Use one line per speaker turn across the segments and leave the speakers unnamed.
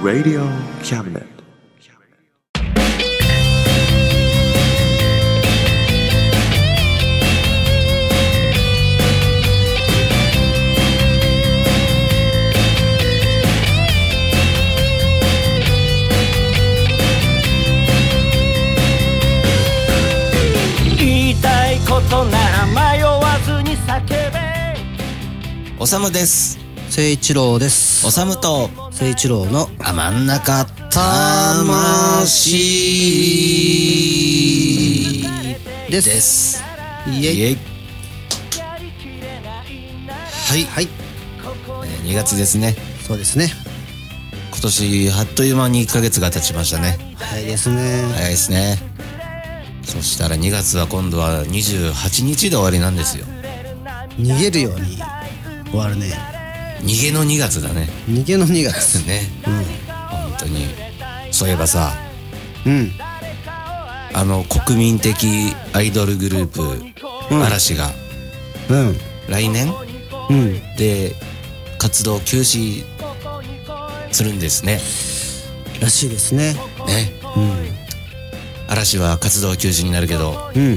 Radio Cabinet.
言いたいことなら迷わずに叫べ
おさむです。
誠一郎です
おさむと、
誠一郎の
あまんなか魂
です
です。
イエイ
イエイ
やりきれないなら
はい。はい。2月ですね。
そうですね
今年、あっという間に1ヶ月が経ちましたね。
早いですね
早いですね。そしたら2月は今度は28日で終わりなんですよ。
逃げるように終わるね
逃げの2月だね。
逃げの2月
ね。本当に。そういえばさ、
うん
あの国民的アイドルグループ、
うん
嵐が
うん
来年
うん
で活動休止するんですね。
らしいですね
ね。
うん
嵐は活動休止になるけど、
うん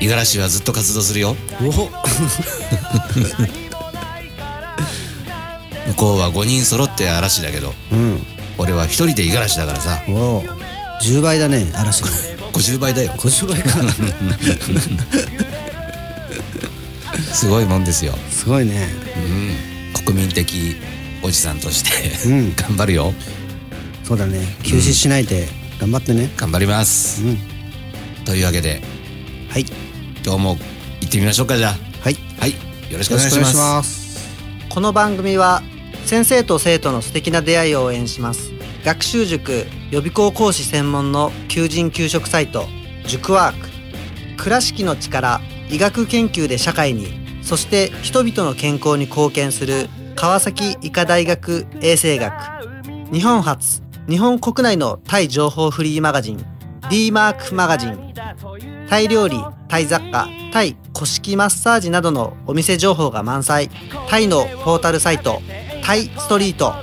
五十嵐はずっと活動するよ。
おほ
向こうは5人揃って嵐だけど、
うん
俺は1人で五十嵐だからさ、
おお10倍だね嵐の
50倍だよ。
50倍か
すごいもんですよ。
すごいね
うん。国民的おじさんとして、
うん
頑張るよ。
そうだね休止しないで頑張ってね
頑張りま
う
す。
ん
というわけで、
はい
今日も行ってみましょうか、じゃあ。
はいよ
はい。よろしくお願いします。
す
この番組は先生と生徒の素敵な出会いを応援します学習塾予備校講師専門の求人・求職サイト塾ワーク倉敷の力医学研究で社会にそして人々の健康に貢献する川崎医科大学衛生学日本初日本国内のタイ情報フリーマガジン d マークマガジンタイ料理タイ雑貨タイ古式マッサージなどのお店情報が満載タイのポータルサイトタイストリート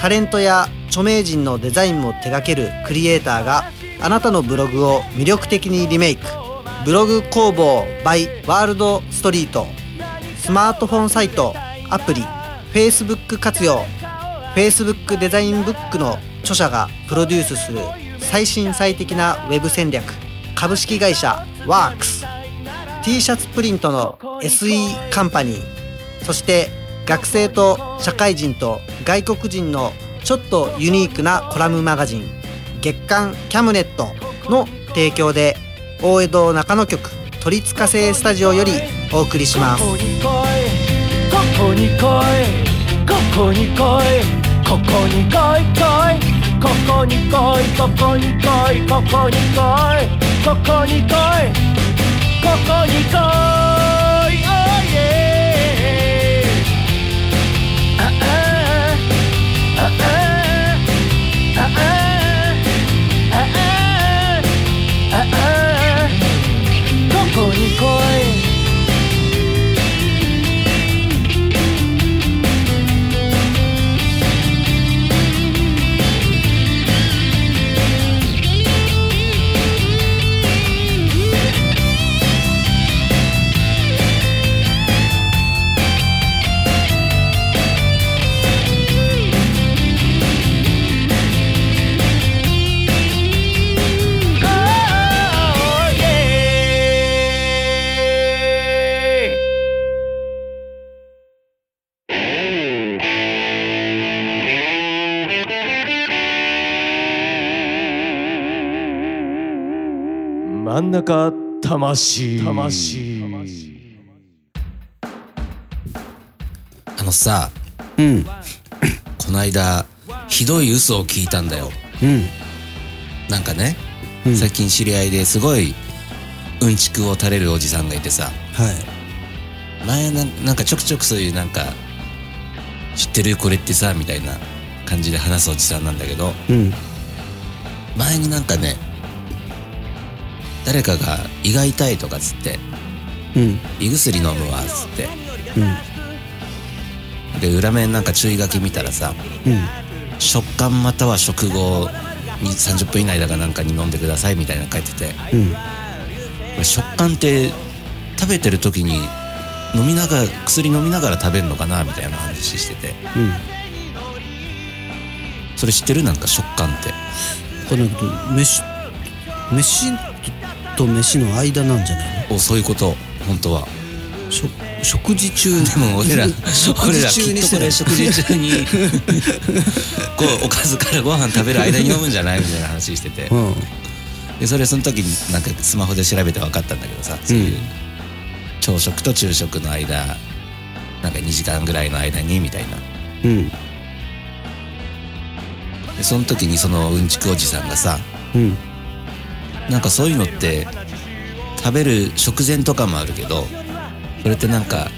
タレントや著名人のデザインも手掛けるクリエイターがあなたのブログを魅力的にリメイクブログ工房 by ワールドストリートスマートフォンサイトアプリ Facebook 活用 Facebook デザインブックの著者がプロデュースする最新最適なウェブ戦略株式会社 WORKS t シャツプリントの SE カンパニーそして学生と社会人と外国人のちょっとユニークなコラムマガジン月刊キャムネットの提供で大江戸中野局鳥塚製スタジオよりお送りします
ここに来いここに来いここに来いここに来い来いここに来いここに来いここに来いここに来いここに来い Oh yeah ああああああああああここに来い
真ん中魂魂
あのさ、
うん
この間、ひどい嘘を聞いたんだよ。
うん
なんかね、最近知り合いですごいうんちくを垂れるおじさんがいてさ
はい
前ななんかちょくちょくそういうなんか知ってるこれってさみたいな感じで話すおじさんなんだけど
うん
前になんかね誰かが胃が痛いとかつって
うん
胃薬飲むわっつって
うん
で裏面なんか注意書き見たらさ
うん
食感または食後に30分以内だかなんかに飲んでくださいみたいなの書いてて
うん
食感って食べてる時に飲みながら薬飲みながら食べるのかなみたいな話してて
うん
それ知ってるなんか食感って
これなんか飯飯と飯の間なんじゃない
おそういうこと本当は
の食食事中
でも 俺ら
食
俺ら
事
き
中
っ
に
と
して
こ
ない
れ食事中 にこうおかずからご飯食べる間に飲むんじゃないみたいな話してて
うん
でそれその時になんかスマホで調べて分かったんだけどさそういう朝食と昼食の間なんか2時間ぐらいの間にみたいな
うん
でその時にそのうんちくおじさんがさ
うん
なんかそういうのって食べる食前とかもあるけどそれってなんか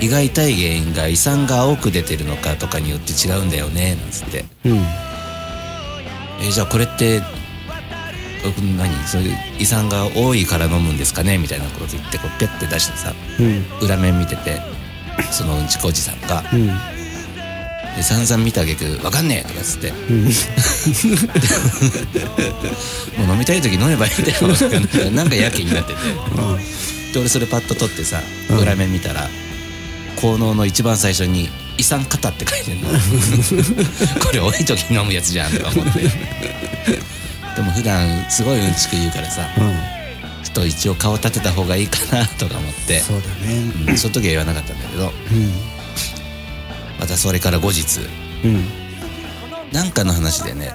胃が痛い原因が胃酸が多く出てるのかとかによって違うんだよねなんつって
うん
えーじゃあこれってうん何そういう胃酸が多いから飲むんですかねみたいなこと言ってこうピャって出してさ
うん
裏面見ててそのうんちこおじさんが
うん
で散々見たげく「わかんねえ!」とかっつって
うん
「もう飲みたい時飲めばいいんだよ」と かなんかやけになっててで俺それパッと取ってさ
うん
裏面見たら効能の一番最初に「胃酸肩」って書いて んのこれ多い時に飲むやつじゃんとか思ってでも普段すごいうんちく言うからさ
うん
ちょっと一応顔立てた方がいいかなとか思って
そうだね
うんその時は言わなかったんだけどまたそれから後日
うんうん
なんかの話でね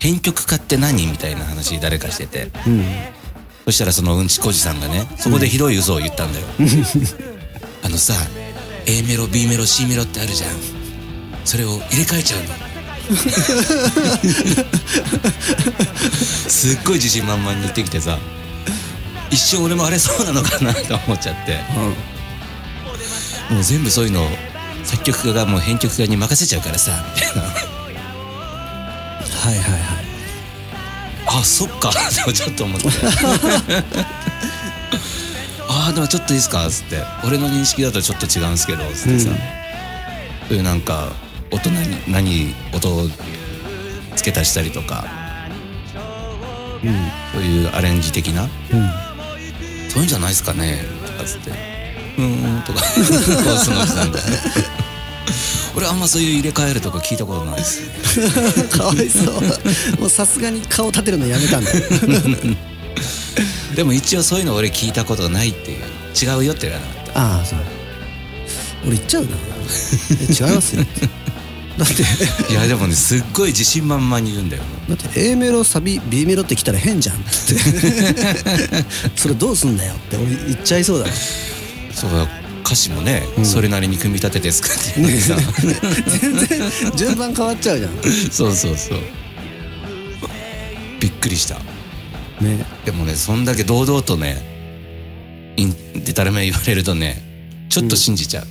編曲家って何みたいな話誰かしてて
うん
そしたらそのうんちこじさんがねそこでひどい嘘を言ったんだよあのさ A メロ B メロ C メロってあるじゃんそれを入れ替えちゃうのすっごい自信満々に言ってきてさ一瞬俺もあれそうなのかなと思っちゃってもう全部そういうのを作曲家がもう編曲家に任せちゃうからさみたいな
はいはいはい
あそっかでもちょっと思ってああでもちょっといいですかっつって俺の認識だとちょっと違うんですけどっつってさ、
うん
そういうなんか音何何音を付け足したりとかそういうアレンジ的な
うんうん
そういうんじゃないですかねとかっつって「うーん」とかこうそのおじさんが俺あんまそういう入れ替えるとか聞いたことないですね
かわいそうもうさすがに顔立てるのやめたんだよ
でも一応そういうの俺聞いたことないっていう違うよって言われなかった
ああそう俺言っちゃうなえ違います よだって
いやでもねすっごい自信満々に言うんだよ
だって A メロサビ B メロって来たら変じゃん ってそれどうすんだよって俺言っちゃいそうだな
そうだ歌詞もね、それなりに組み立てて作ってるのにさ
全然順番変わっちゃうじゃん
そうそうそうびっくりした
ね
でもねそんだけ堂々とねインデタラメ言われるとねちょっと信じちゃう、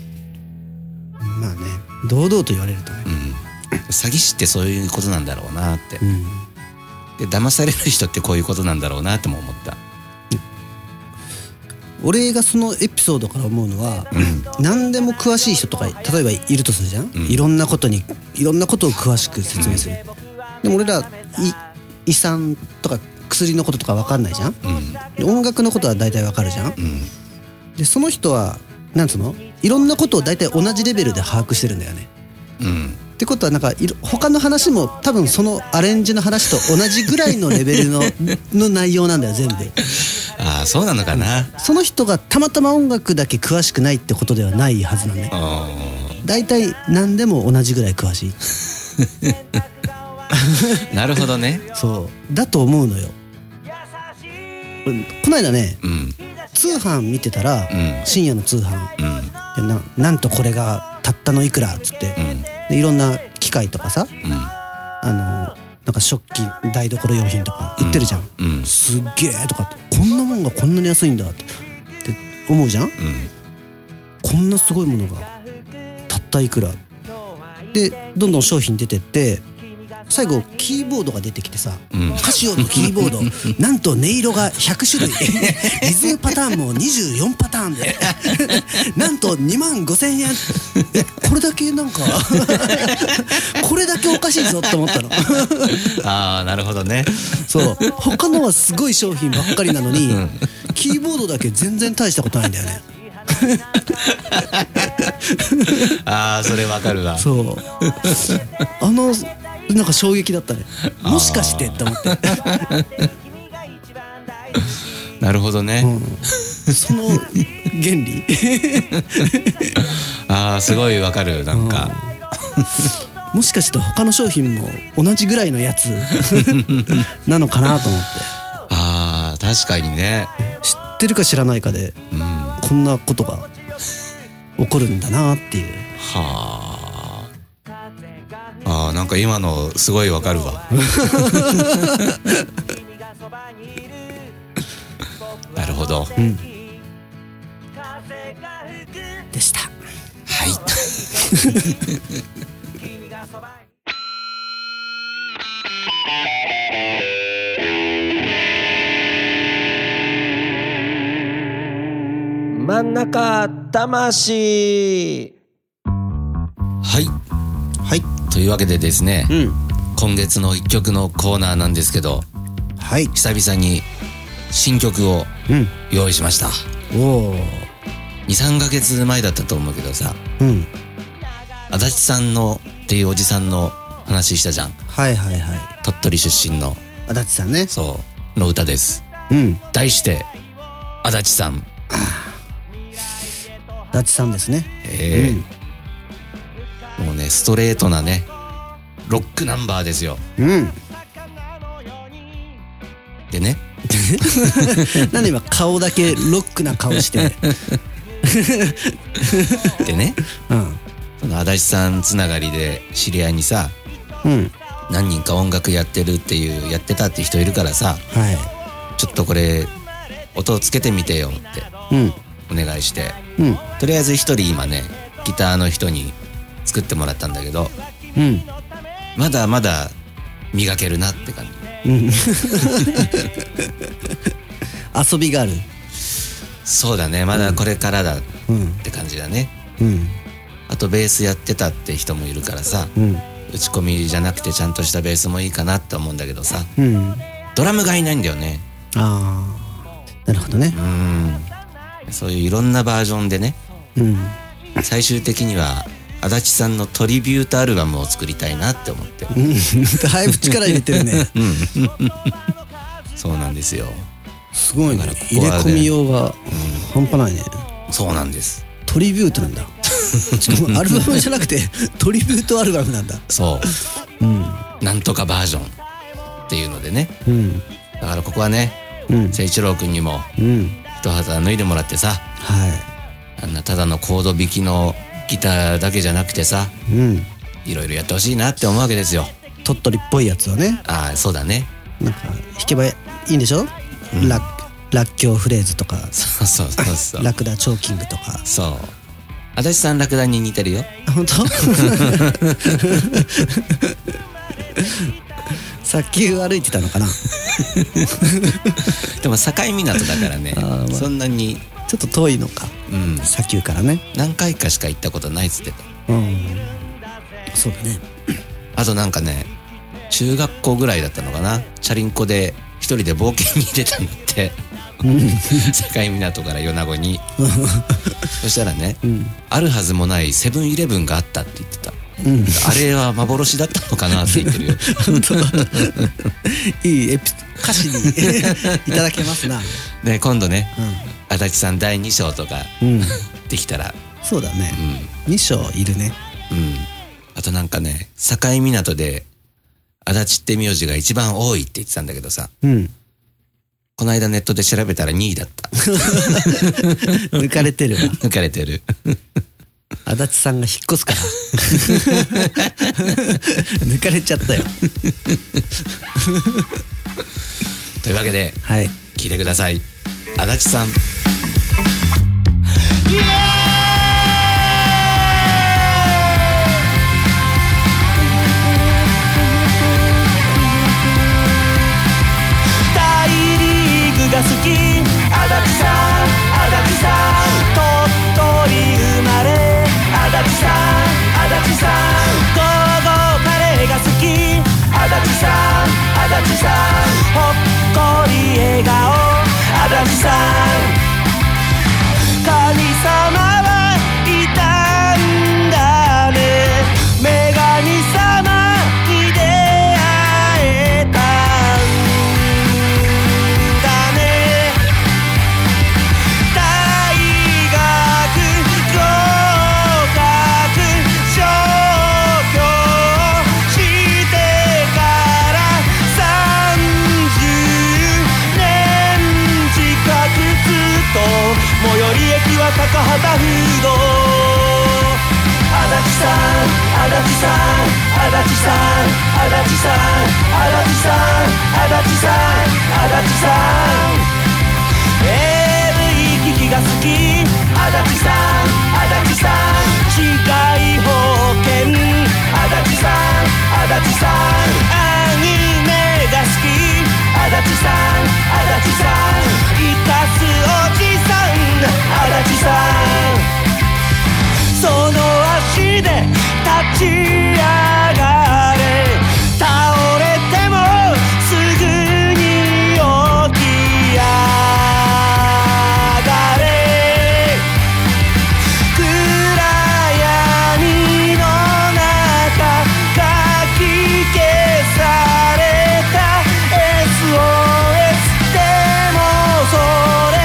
まあね堂々と言われるとね
うん詐欺師ってそういうことなんだろうなって
うん
で騙される人ってこういうことなんだろうなとも思った
俺がそのエピソードから思うのは、何でも詳しい人とか例えばいるとするじゃん、
ん
いろんなことにいろんなことを詳しく説明する、でも俺らい胃酸とか薬のこととか分かんないじゃん
うん
で音楽のことは大体分かるじゃ
う
ん
ん
でその人はなんつうのいろんなことを大体同じレベルで把握してるんだよね
うん
ってことはなんかいろ他の話も多分そのアレンジの話と同じぐらいのレベルの の内容なんだよ全部
ああそうなのかな、
その人がたまたま音楽だけ詳しくないってことではないはずなんだよ
あ
大体何でも同じぐらい詳しい
ーなるほどね
そうだと思うのよ俺こないだね
うん
通販見てたら、
うん
深夜の通販
うん
でななんとこれがたったのいくらっつって、
うん
でいろんな機械とかさ
う
あのなんか食器台所用品とか売ってるじゃん、
んうん
すっげえとかってこんなもんがこんなに安いんだってって思うじゃん
うん
こんなすごいものがたったいくらでどんどん商品出てって最後キーボードが出てきてさ、
ん
カシオのキーボー ドなんと音色が100種類 リズムパターンも24パターンで なんと2万5千円えこれだけなん かこれだけおかしいぞと思ったの
ああなるほどね
そう他のはすごい商品ばっかりなのにキーボードだけ全然大したことないんだよね
ああそれわかるわ
そう あのなんか衝撃だったねもしかしてって思って
なるほどね、
その原理
ああすごいわかるなんか、
もしかして他の商品も同じぐらいのやつ なのかなと思って
ああ確かにね
知ってるか知らないかで
うんは
こんなことが起こるんだなっていう
ああーなんか今のすごいわかるわ なるほど
でした
はい
真ん中魂
はい
はい
というわけでですね、
ん
今月の一曲のコーナーなんですけど
はい
久々に新曲を
うん
用意しました
おお
23ヶ月前だったと思うけどさ
うん
足立さんのっていうおじさんの話したじゃん
はいはいはい
鳥取出身の
足立さんね
そうの歌です
うん
題して足立さん
足立さんですね
えーもうねストレートなねロックナンバーですよ
うん
でね
なんで今顔だけロックな顔 して
でね
うん
その足立さんつながりで知り合いにさ
うん
何人か音楽やってるっていうやってたって人いるからさ
は
ちょっとこれ音をつけてみてよって
いうん
お願いして
うん
とりあえず一人今ねギターの人に作ってもらったんだけど
うん
まだまだ磨けるなって感じ
遊びがある
そうだねまだこれからだっ
うん
て感じだね、
うん
あとベースやってたって人もいるからさ
うん
打ち込みじゃなくてちゃんとしたベースもいいかなって思うんだけどさ
うん
ドラムがいないんだよね
ああなるほどね
うんそういういろんなバージョンでね
うん
最終的には足立さんのトリビュートアルバムを作りたいなって思って
うんだいぶ力入れてるね
そうなんですよ
すごいね
だからこ
入
こ
れ
はね
込みようが半端ないね
そうなんです
トリビュートなんだ しかもアルバムじゃなくてトリビュートアルバムなんだ
そう
うん
なんとかバージョンっていうのでね
うん
だからここはね
うん
誠一郎君にも
うん
一肌脱いでもらってさ
は
あんなただのコード弾きのギターだけじゃなくてさ
いうん
いろいろやってほしいなって思うわけですよ
鳥取っぽいやつをね
ああそうだね
なんか弾けばいいんでしょ、ララッキョウフレーズとか
そうそうそうそう
ラクダチョーキングとか
そう足立さんラクダに似てるよ
あ本当 砂丘歩いてたのかなち
でも境港だからねそんなに
ょっと遠いのか
うん
砂丘からね
何回かしか行ったことないっつってた
うんそうだね
あとなんかね中学校ぐらいだったのかなチャリンコで一人で冒険に出たんだって境港から米子にそしたらね、あるはずもないセブンイレブンがあったって言ってた、あれは幻だったのかなって言ってるよ
いいエピ歌詞にいただけますな
で今度ね、足立さん第2章とか、できたら
そうだね、二章いるね
うんあとなんかね境港で足立って名字が一番多いって言ってたんだけどさ
うん
この間ネットで調べたら2位だった
抜かれてるわ
抜かれてる
足立さんが引っ越す から抜かれちゃったよ
というわけで
はい
聞いてください足立さん
「
神さん神様はいたんだね女神様に出会えたんだね大学合格小学上京してから三十年近くずっと最寄り駅は高畑フード足立さん足立さん足立さん足立さん足立さん足立さん足立さんえる行き来が好き足立さん足立さん市外保険足立さん足立さんアニメが好き足立さん足立さん生かすおじさん足立さんその足で立ち上がれ倒れてもすぐに起き上がれ暗闇の中かき消された SOS でもそれ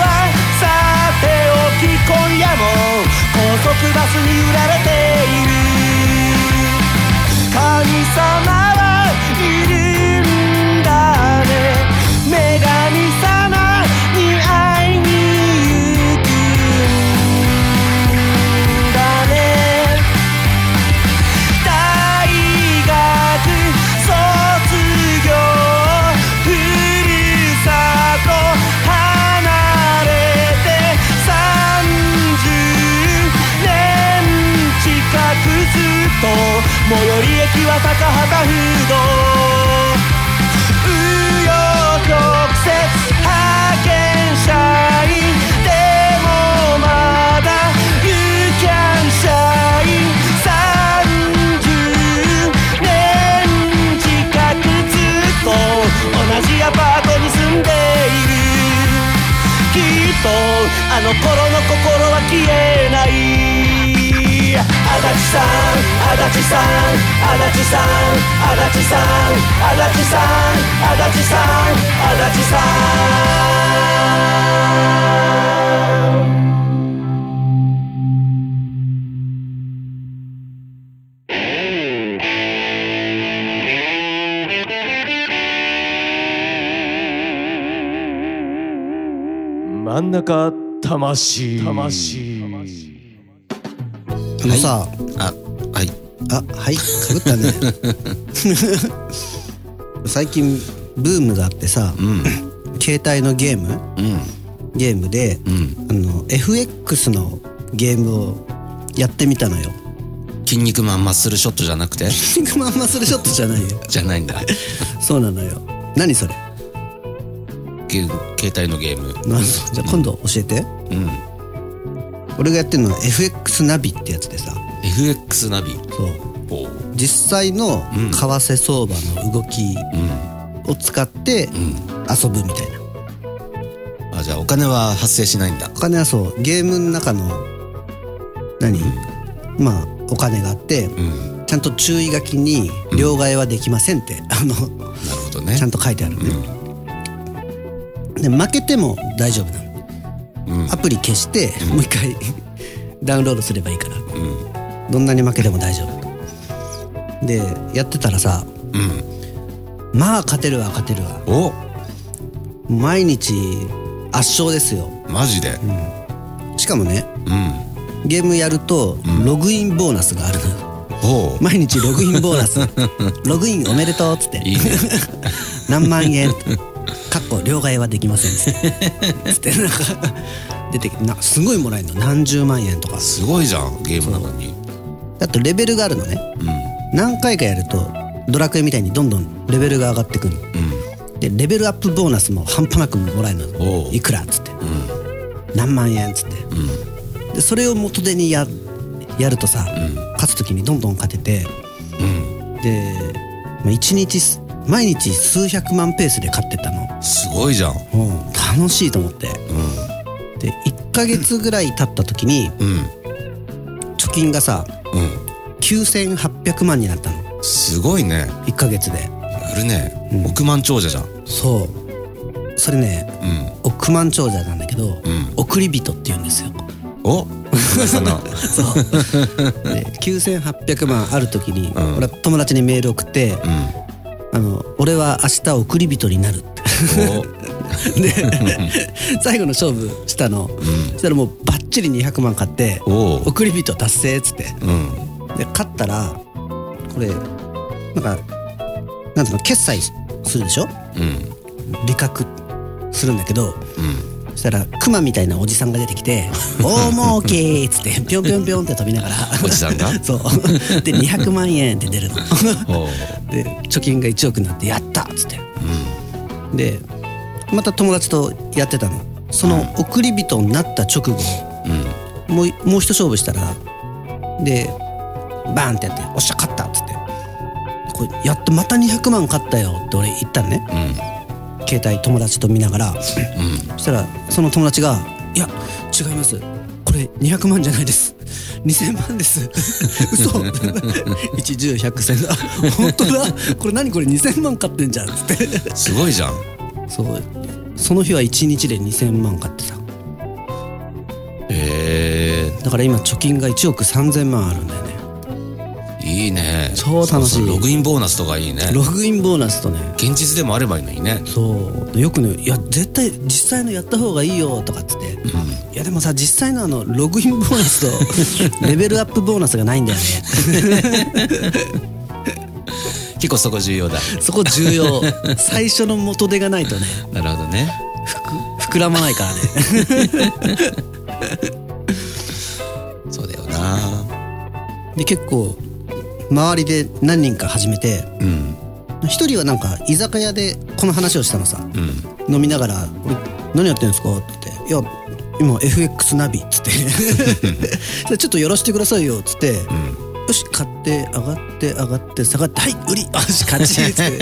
はさておき今夜も高速バスに売られている神様はいるんだね女神様に会いに行くんだね大学卒業ふるさと離れて30年近くずっと最寄り駅は高畑フード紆余曲折派遣社員でもまだ You can shine 30年近くずっと同じアパートに住んでいるきっとあの頃の心は消えない足立さん足立さん足立さん足立さん足立さん足立さん足立さん
真ん中魂魂
あのさ、
あはい
あはいかぶったね 最近ブームがあってさ、
うん
携帯のゲーム
うん
ゲームで、
うん
あの FX のゲームをやってみたのよ
筋肉マンマッスルショットじゃなくて
まんまそれショットじゃないよ
じゃないんだ
そうなのよ何それ
ゲ携帯のゲーム
なんじゃあ今度教えて
うん
俺がやってるのは FX ナビってやつでさ
FX ナビ
そう
おう
実際の
うん
為替相場の動き
うん
を使って
うん
遊ぶみたいな
あじゃあお金は発生しないんだ
お金はそうゲームの中の何まあお金があって
うん
ちゃんと注意書きに「両替はできません」って、あの
なるほどね
ちゃんと書いてあるのね、で負けても大丈夫なの
うん
アプリ消してもう一回ダウンロードすればいいから
うん
どんなに負けても大丈夫でやってたらさ
うん
まあ勝てるわ勝てるわ
お
毎日圧勝ですよ
マジで
しかもね
うん
ゲームやるとログインボーナスがあるの よ
おう
毎日ログインボ ーナスログインおめでとうっつって
いいね
何万円かっこ両替はできませんっ つってつってなんか出てきてなすごいもらえるの何十万円とか
すごいじゃんゲームなのに
だとレベルがあるのね
うん
何回かやるとドラクエみたいにどんどんレベルが上がってくるのでレベルアップボーナスも半端なくもらえる
お
の
う
いくらっつって
うんうん
何万円っつってでそれを元手にややるとさ、
ん
勝つ時にどんどん勝てて
うん
で、まあ、1日す毎日数百万ペースで勝ってたの、
うんすごいじゃん
うん、楽しいと思ってで1ヶ月ぐらい経った時に
うんうん
貯金がさ
うん
9800万になったの
すごいね
1ヶ月で
やるね、
うん
億万長者じゃんうん
そうそれね億万長者なんだけど、
うん
送り人って言うんですよ
お噂の
で9800万ある時に、
ん
俺は友達にメール送って
う
「あの俺は明日送り人になる」って
んお
で最後の勝負したの、そしたらもうバッチリ200万買って
おう
送り人達成っつって
うん
で勝ったらこれなんかなんていうの決済するでしょ
うん
利確するんだけど
うん
そしたらクマみたいなおじさんが出てき て「大儲け!」っつってぴょんぴょんぴょんって飛びながら
おじさんが
そうで200万円って 出るの
おう
で貯金が1億になって「やった!」っつってでまた友達とやってたのその送り人になった直後
うんうん
もうもう一勝負したらでバーンってやって「おっしゃ勝った!」っつって「これやっとまた200万勝ったよ」って俺言ったのね
うん
携帯友達と見ながら
うん
そしたらその友達が「いや違いますこれ200万じゃないです2000万です 嘘一十百千だ本当だこれ何これ2000万買ってんじゃん」っつって
すごいじゃん
そうその日は1日で2000万買ってた
へえ
だから今貯金が1億3000万あるんだよね
いいね
超楽しい
そうそうログインボーナスとかいいね
ログインボーナスとね
現実でもあればいいのにね
そうよくね「いや絶対実際のやった方がいいよ」とかっつって、いやでもさ実際のあのログインボーナスとレベルアップボーナスがないんだよね
結構そこ重要だ
そこ重 要最初の元手がないとね
なるほどね
膨らまないからね
そうだよな
で結構周りで何人か始めて
うん
一人はなんか居酒屋でこの話をしたのさ
うん
飲みながら「俺何やってんですか?」って言って「いや今 FX ナビ」っつって 「でちょっとやらせてくださいよ」っつって「よし買って上がって上がって下がってはい売りよし勝ち」っつって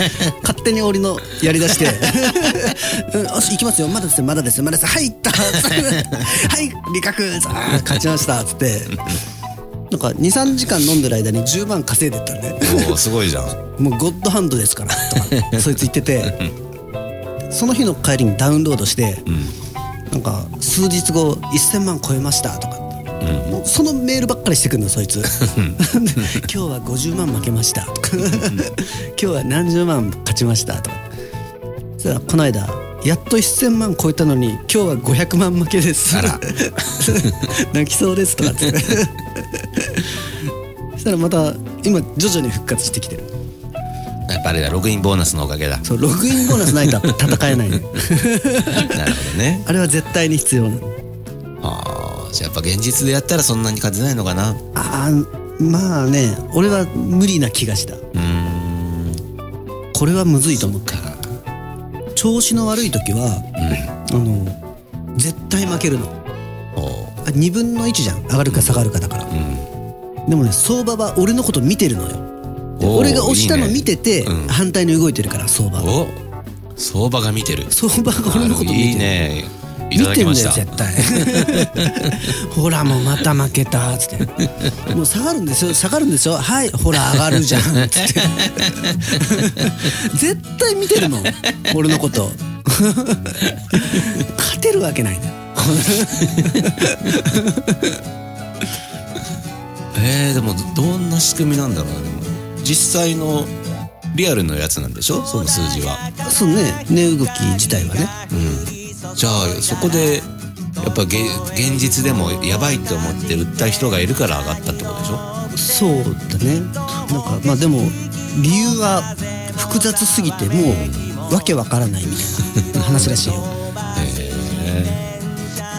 勝手に俺のやりだして「 うん、よし行きますよまだですよまだですよまだですよはい行った」つってはい利確」さあ勝ちました」っつって。なんか23時間飲んでる間に10万稼いでったんで
おおすごいじゃん
もうゴッドハンドですからとかそいつ言っててその日の帰りにダウンロードして、なんか数日後1,000万超えましたとかって、もうそのメールばっかりしてくるのそいつ で今日は50万負けましたとか今日は何十万勝ちましたとかそしたらこの間やっと1,000万超えたのに今日は500万負けです
あら
泣きそうですとかってそしたらまた今徐々に復活してきてる
やっぱあれだログインボーナスのおかげだ
そうログインボーナスないと戦えないの
なるほどね
あれは絶対に必要なの
ああじゃあやっぱ現実でやったらそんなに勝てないのかな
あーまあね俺は無理な気がした
うん
これはむずいと思った調子の悪い時は、あの絶対負けるの
おう
あ2分の1じゃん上がるか下がるかだから、
うん
でもね相場は俺のこと見てるのよで
おー
俺が押したの
いいね
見てて
うん
反対に動いてるから相場は
お相場が見てる
相場が俺のこと見てる
いいねい
見
ただ
て
き
ん
ま
だ
し
よ
た
絶対 ほらもうまた負けたつってもう下がるんですよ下がるんですよはいほら上がるじゃんつって 絶対見てるもん俺のこと 勝てるわけないね
えー、でもどどんな仕組みなんだろうなでも実際のリアルのやつなんでしょその数字は
そうね値動き自体はね
じゃあそこでやっぱげ現実でもやばいって思って売った人がいるから上がったってことでしょ
そうだねなんかまあでも理由は複雑すぎてもうわけわからないみたいな話らしいよ
へ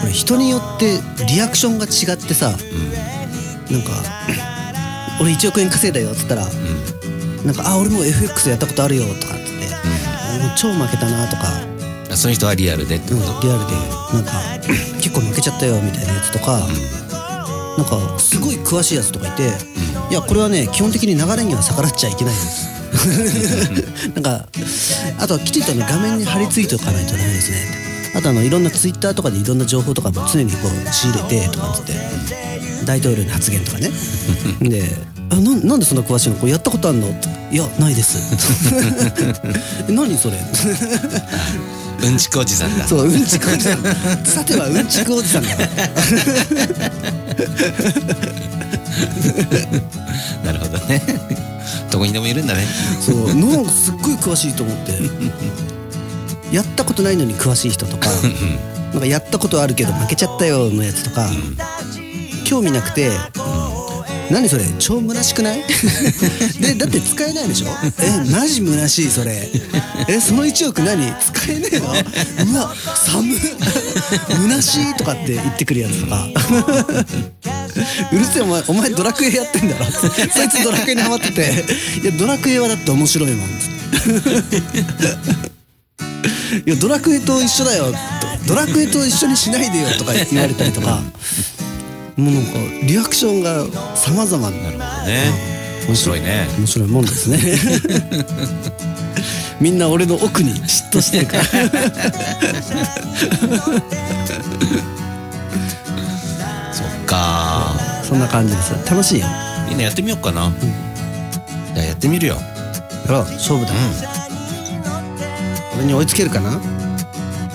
これ人によってリアクションが違ってさ、なんか「俺1億円稼いだよ」っつったら「なんかあ俺も FX やったことあるよ」とかっつって「もう超負けたな」とか、
えその人はリアルでって
うん
こ
リ
と、
アルでなんか「結構負けちゃったよ」みたいなやつとか、なんかすごい詳しいやつとかいて「いやこれはね基本的に流れには逆らっちゃいけないんです」 なんかあとはきちんとね画面に貼り付いておかないとダメですねあとあのいろんなツイッターとかでいろんな情報とかも常にこう仕入れてとかっつって、大統領の発言とかねであななんでそんな詳しいのこれやったことあるのいやないですえ何それ
うんちこおじさんだ
そううんちくおじさんさてはうんちくおじさんだ
なるほどね どこにでもいるんだね
そうなんかすっごい詳しいと思ってやったことないのに詳しい人とかなんかやったことあるけど負けちゃったよのやつとか、興味なくて、何それ超虚しくない でだって使えないでしょえマジ虚しいそれえその1億何使えねえのうわ寒っ 虚しいとかって言ってくるやつとかうるせえお前お前ドラクエやってん だろそいつドラクエにハマってていやドラクエはだって面白いもん いやドラクエと一緒だよドラクエと一緒にしないでよとか言われたりとかもうなんかリアクションが様々になる
ね面白いね
面白いもんです ねみんな俺の奥に嫉妬してるから
そっか
そんな感じです楽しいよ
みんなやってみようかな、じゃあやってみるよ
やろう勝負だ、俺に追いつけるかな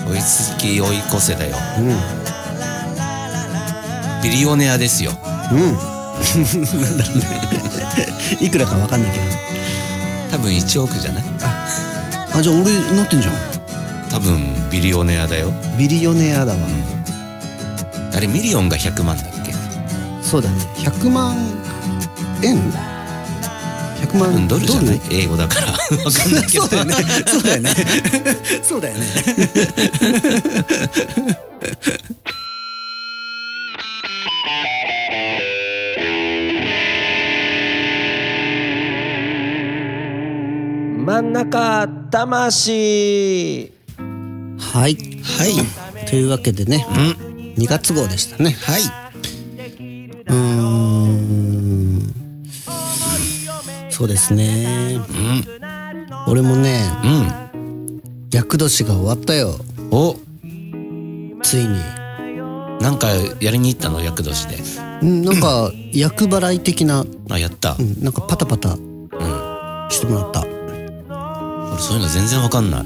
追いつき追い越せだよ
うんうん
ビリオネアですよ
いくらかわかんないけど
多分1億じゃない
あじゃあ俺なってんじゃん
多分ビリオネアだよ
ビリオネアだわ、
あれミリオンが100万だっけ
そうだね100万円100万、
うんドルじゃない
ド
英語だから わかんないけど
そうだよねそうだよねそうだよね
真ん中魂
はいはいというわけでね、2月号でしたね
はいう
ーんそうですね俺もね
うん
厄年が終わったよ
お
ついに
なんかやりに行ったの厄年で
うんなん か厄払い的な、
あやった、
うんなんかパタパタしてもらった
俺そういうの全然わかんない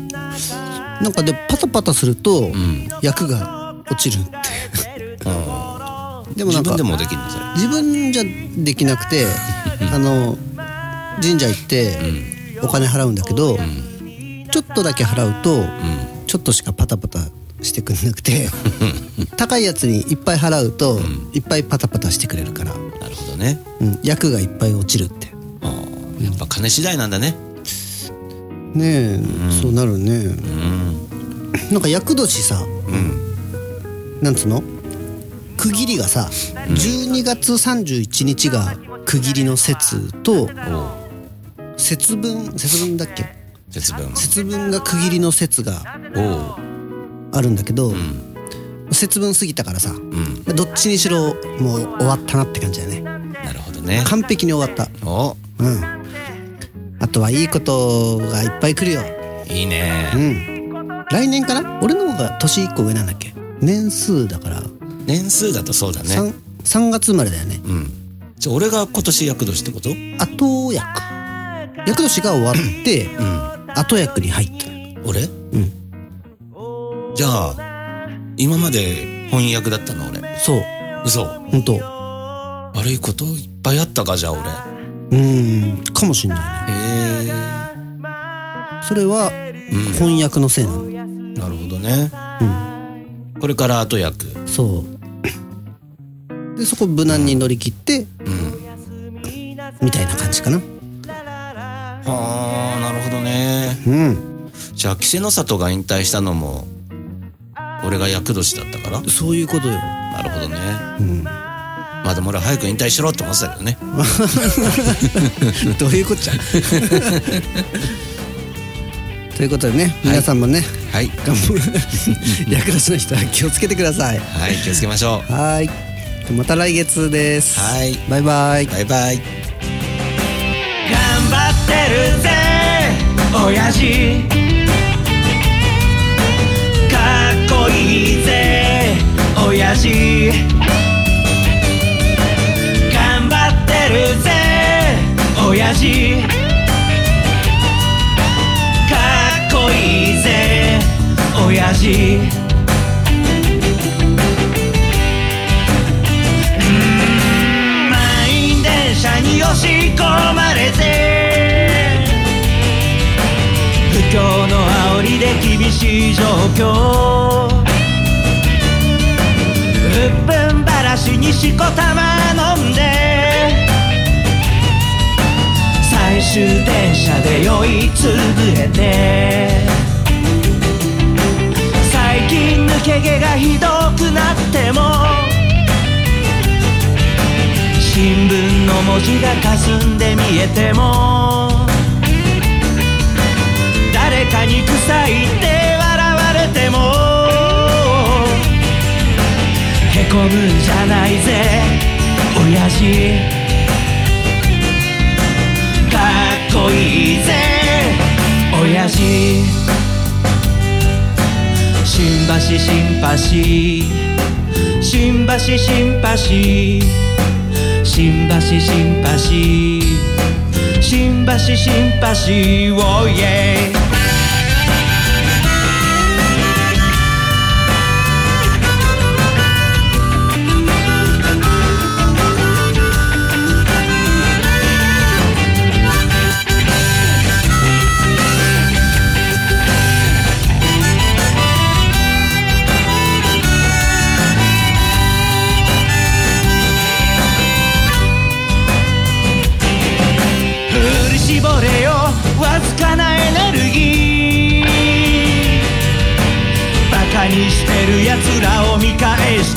なんかでパタパタすると
ん
役が落ちるって、でもな
自
んか
分でもできるのそれ
自分じゃできなくてあの神社行ってお金払うんだけど、ちょっとだけ払うと、ちょっとしかパタパタしてくれなく て高いやつにいっぱい払うと、いっぱいパタパタしてくれるから、
なるほどね
うん、役がいっぱい落ちるって
あーやっぱ金次第なんだね
ねえ、そうなるね、なんか厄年さ、なんつうの区切りがさ、12月31日が区切りの節と節分節分だっけ
節分
節分が区切りの節が
おう
あるんだけど、節分過ぎたからさ、どっちにしろもう終わったなって感じだね
なるほどね
完璧に終わった
お
うんあとはいいことがいっぱい来るよ
いいね
うん。来年かな俺の方が年1個上なんだっけ年数だから、
年数だとそうだね
三 3, 月生まれだよね。
うんじゃあ俺が今年厄年ってこと
後役。役年が終わって、後役に入ったの。
俺うんじゃあ今まで翻訳だったの俺
そう。
嘘
ほんと。
悪いこといっぱいあったかじゃあ俺
うーん。かもしんないね。
へ
それは、翻訳のせいなの。
えなるほどねこれから後役
そう。で、そこ無難に乗り切って、
うん
みたいな感じかな。
ああなるほどね
うん。
じゃあ稀勢の里が引退したのも俺が厄年だったから
そういうことよ。
なるほどね
うん。
まあでも俺は早く引退しろって思ってたけどね
どういうこっちゃ。 ということでね、皆さんもね、
はい
頑張る 役立ちの人は気をつけてください。
はい気をつけましょう
はーい。また来月です。
はい
バイバイ。
バイバイ
頑張ってるぜ親父かっこいいぜ親父頑張ってるぜ親父かっこいいぜ親父うん満員電車に押し込まれて不況の煽りで厳しい状況うっぷんばらしにしこたま飲んで最終電車で酔いつぶれて最近抜け毛がひどくなっても新聞の文字が霞んで見えても誰かに臭いって笑われてもへこむんじゃないぜ親父かっこいいぜ親父新橋シンパシー新橋シンパシー新橋シンパシー新橋新橋をイエイ振り絞れよわずかなエネルギーバカにしてるやつらを見返し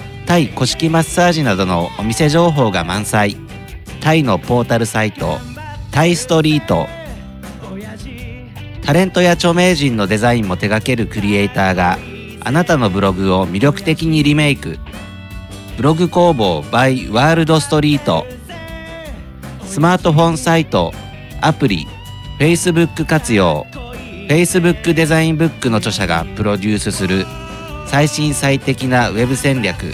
タイ古式マッサージなどのお店情報が満載タイのポータルサイトタイストリートタレントや著名人のデザインも手掛けるクリエイターがあなたのブログを魅力的にリメイクブログ工房 by ワールドストリートスマートフォンサイトアプリ Facebook 活用 Facebook デザインブックの著者がプロデュースする最新最適なウェブ戦略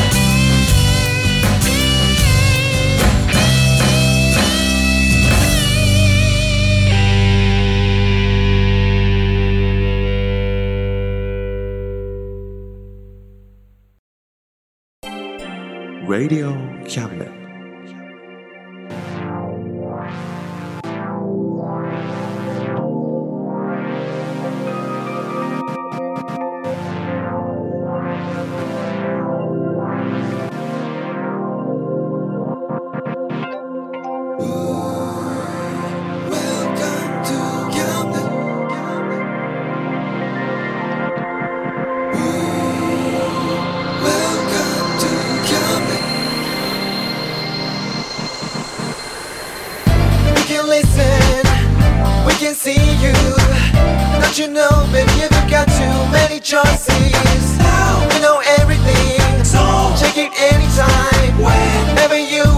Radio Cabinet.
We can listen, we can see you. Don't you know, baby, you've got too many choices. Now we know everything, so check it anytime, whenever you